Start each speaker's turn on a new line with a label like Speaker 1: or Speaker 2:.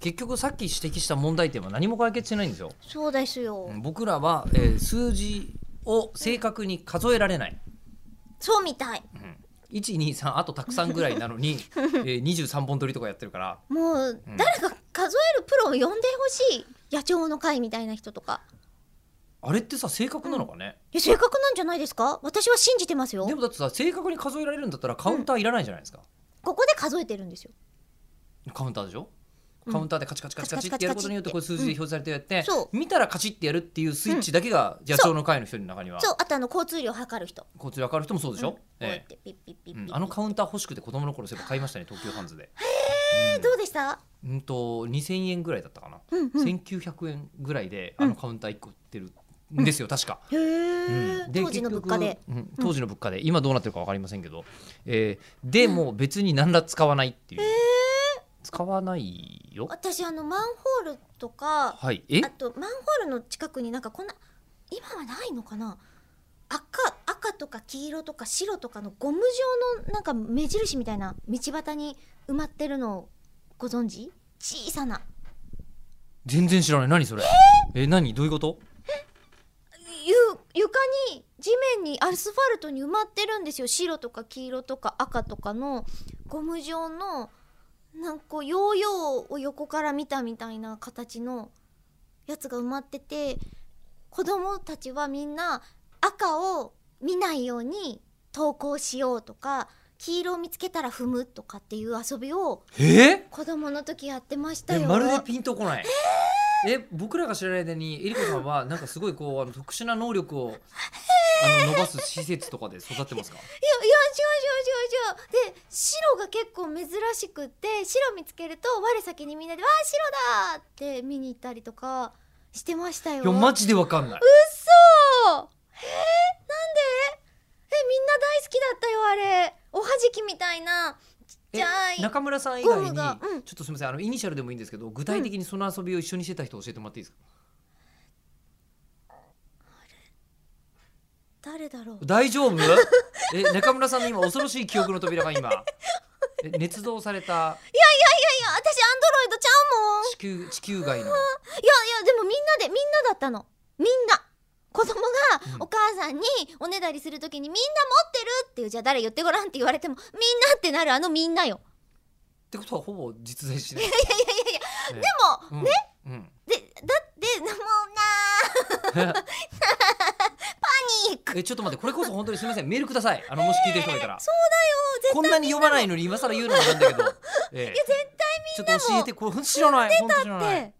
Speaker 1: 結局さっき指摘した問題点は何も解決しないんですよ
Speaker 2: そうですよ、
Speaker 1: 僕らは、えー数字を正確に数えられない、
Speaker 2: そうみたい
Speaker 1: 123あとたくさんぐらいなの に、えー、23本取りとかやってるから
Speaker 2: もう、
Speaker 1: ん
Speaker 2: 誰か数えるプロを呼んでほしい野鳥の会みたいな人とか
Speaker 1: あれってさ正確なのかね、
Speaker 2: いや正確なんじゃないですか私は信じてますよ
Speaker 1: でもだってさ正確に数えられるんだったらカウンターいらないじゃないですか、
Speaker 2: ここで数えてるんですよ
Speaker 1: カウンターでしょ
Speaker 2: うん
Speaker 1: カウンターでカチカチカチカチってやることによってこ
Speaker 2: カ
Speaker 1: う
Speaker 2: チカチ
Speaker 1: 数字で表示されてやって、
Speaker 2: そ
Speaker 1: 見たらカチってやるっていうスイッチだけが野鳥の会の人の中には、
Speaker 2: そうあとあの交通量測る人
Speaker 1: こちらから人もそうでし
Speaker 2: うん
Speaker 1: ょ
Speaker 2: こ、うやっ
Speaker 1: え
Speaker 2: てピッピッピ
Speaker 1: え
Speaker 2: ッ
Speaker 1: う
Speaker 2: ピッ
Speaker 1: んあのカウンター欲しくて子供の頃そういえば買いましたね東急ハンズで
Speaker 2: えーどうでした
Speaker 1: うんうんと2000円ぐらいだったかな、
Speaker 2: うんうんへ
Speaker 1: 1900円ぐらいであのカウンター1個売ってるんですよ、確か、
Speaker 2: え
Speaker 1: うんで
Speaker 2: 当時の物価で
Speaker 1: 結局うん当時の物価で今どうなってるか分かりませんけど、えーでも別に何ら使わないっていう、使わないよ
Speaker 2: 私あのマンホールとか
Speaker 1: はいえ
Speaker 2: あとマンホールの近くになんかこんな今はないのかな赤赤とか黄色とか白とかのゴム状のなんか目印みたいな道端に埋まってるのをご存知小さな
Speaker 1: 全然知らない何それえ何どういうこと
Speaker 2: ゆ床に地面にアスファルトに埋まってるんですよ白とか黄色とか赤とかのゴム状のなんかこうヨーヨーを横から見たみたいな形のやつが埋まってて子供たちはみんな赤を見ないように投稿しようとか黄色を見つけたら踏むとかっていう遊びを
Speaker 1: えー
Speaker 2: 子供の時やってました
Speaker 1: え
Speaker 2: よ。
Speaker 1: まるでピンとこない。え僕らが知らない間にえりこさんはなんかすごいこうあの特殊な能力をあの伸ばす施設とかで育ってますか。
Speaker 2: いやいや違う違う違う違うで白が結構珍しくって白見つけると我先にみんなで「わあ白だ!」って見に行ったりとかしてましたよ。
Speaker 1: いやマジでわかんない。
Speaker 2: 嘘えー、なんでえみんな大好きだったよあれおはじきみたいなちっ
Speaker 1: え
Speaker 2: ちゃい
Speaker 1: 中村さん以
Speaker 2: ゴ
Speaker 1: 外
Speaker 2: ム
Speaker 1: に
Speaker 2: がうん
Speaker 1: ちょっとすみませんあのイニシャルでもいいんですけど具体的にその遊びを一緒にしてた人教えてもらっていいです か。
Speaker 2: 誰だろう
Speaker 1: 大丈夫？え中村さんの今恐ろしい記憶の扉が今え捏造された
Speaker 2: いや私アンドロイドちゃうもん
Speaker 1: 地球地球外の
Speaker 2: いやいやでもみんなでみんなだったのみんな子供が
Speaker 1: うん
Speaker 2: お母さんにおねだりするときにみんな持ってるっていうじゃあ誰言ってごらんって言われてもみんなってなるあのみんなよ
Speaker 1: ってことはほぼ実在しない。
Speaker 2: いやいやいやいや
Speaker 1: で
Speaker 2: で
Speaker 1: もね。うん
Speaker 2: もでだってもうな
Speaker 1: うん
Speaker 2: ーに
Speaker 1: えちょっと待ってこれこそ本当にすみませんメールくださいあのもし聞いてる人がいたら、
Speaker 2: 絶対
Speaker 1: こんなに読まないのに今更言うのもなんだけど、ええ、絶対みんなもちょっと教えてこれ本当知らない本当知ら
Speaker 2: だ
Speaker 1: な
Speaker 2: っ
Speaker 1: い
Speaker 2: て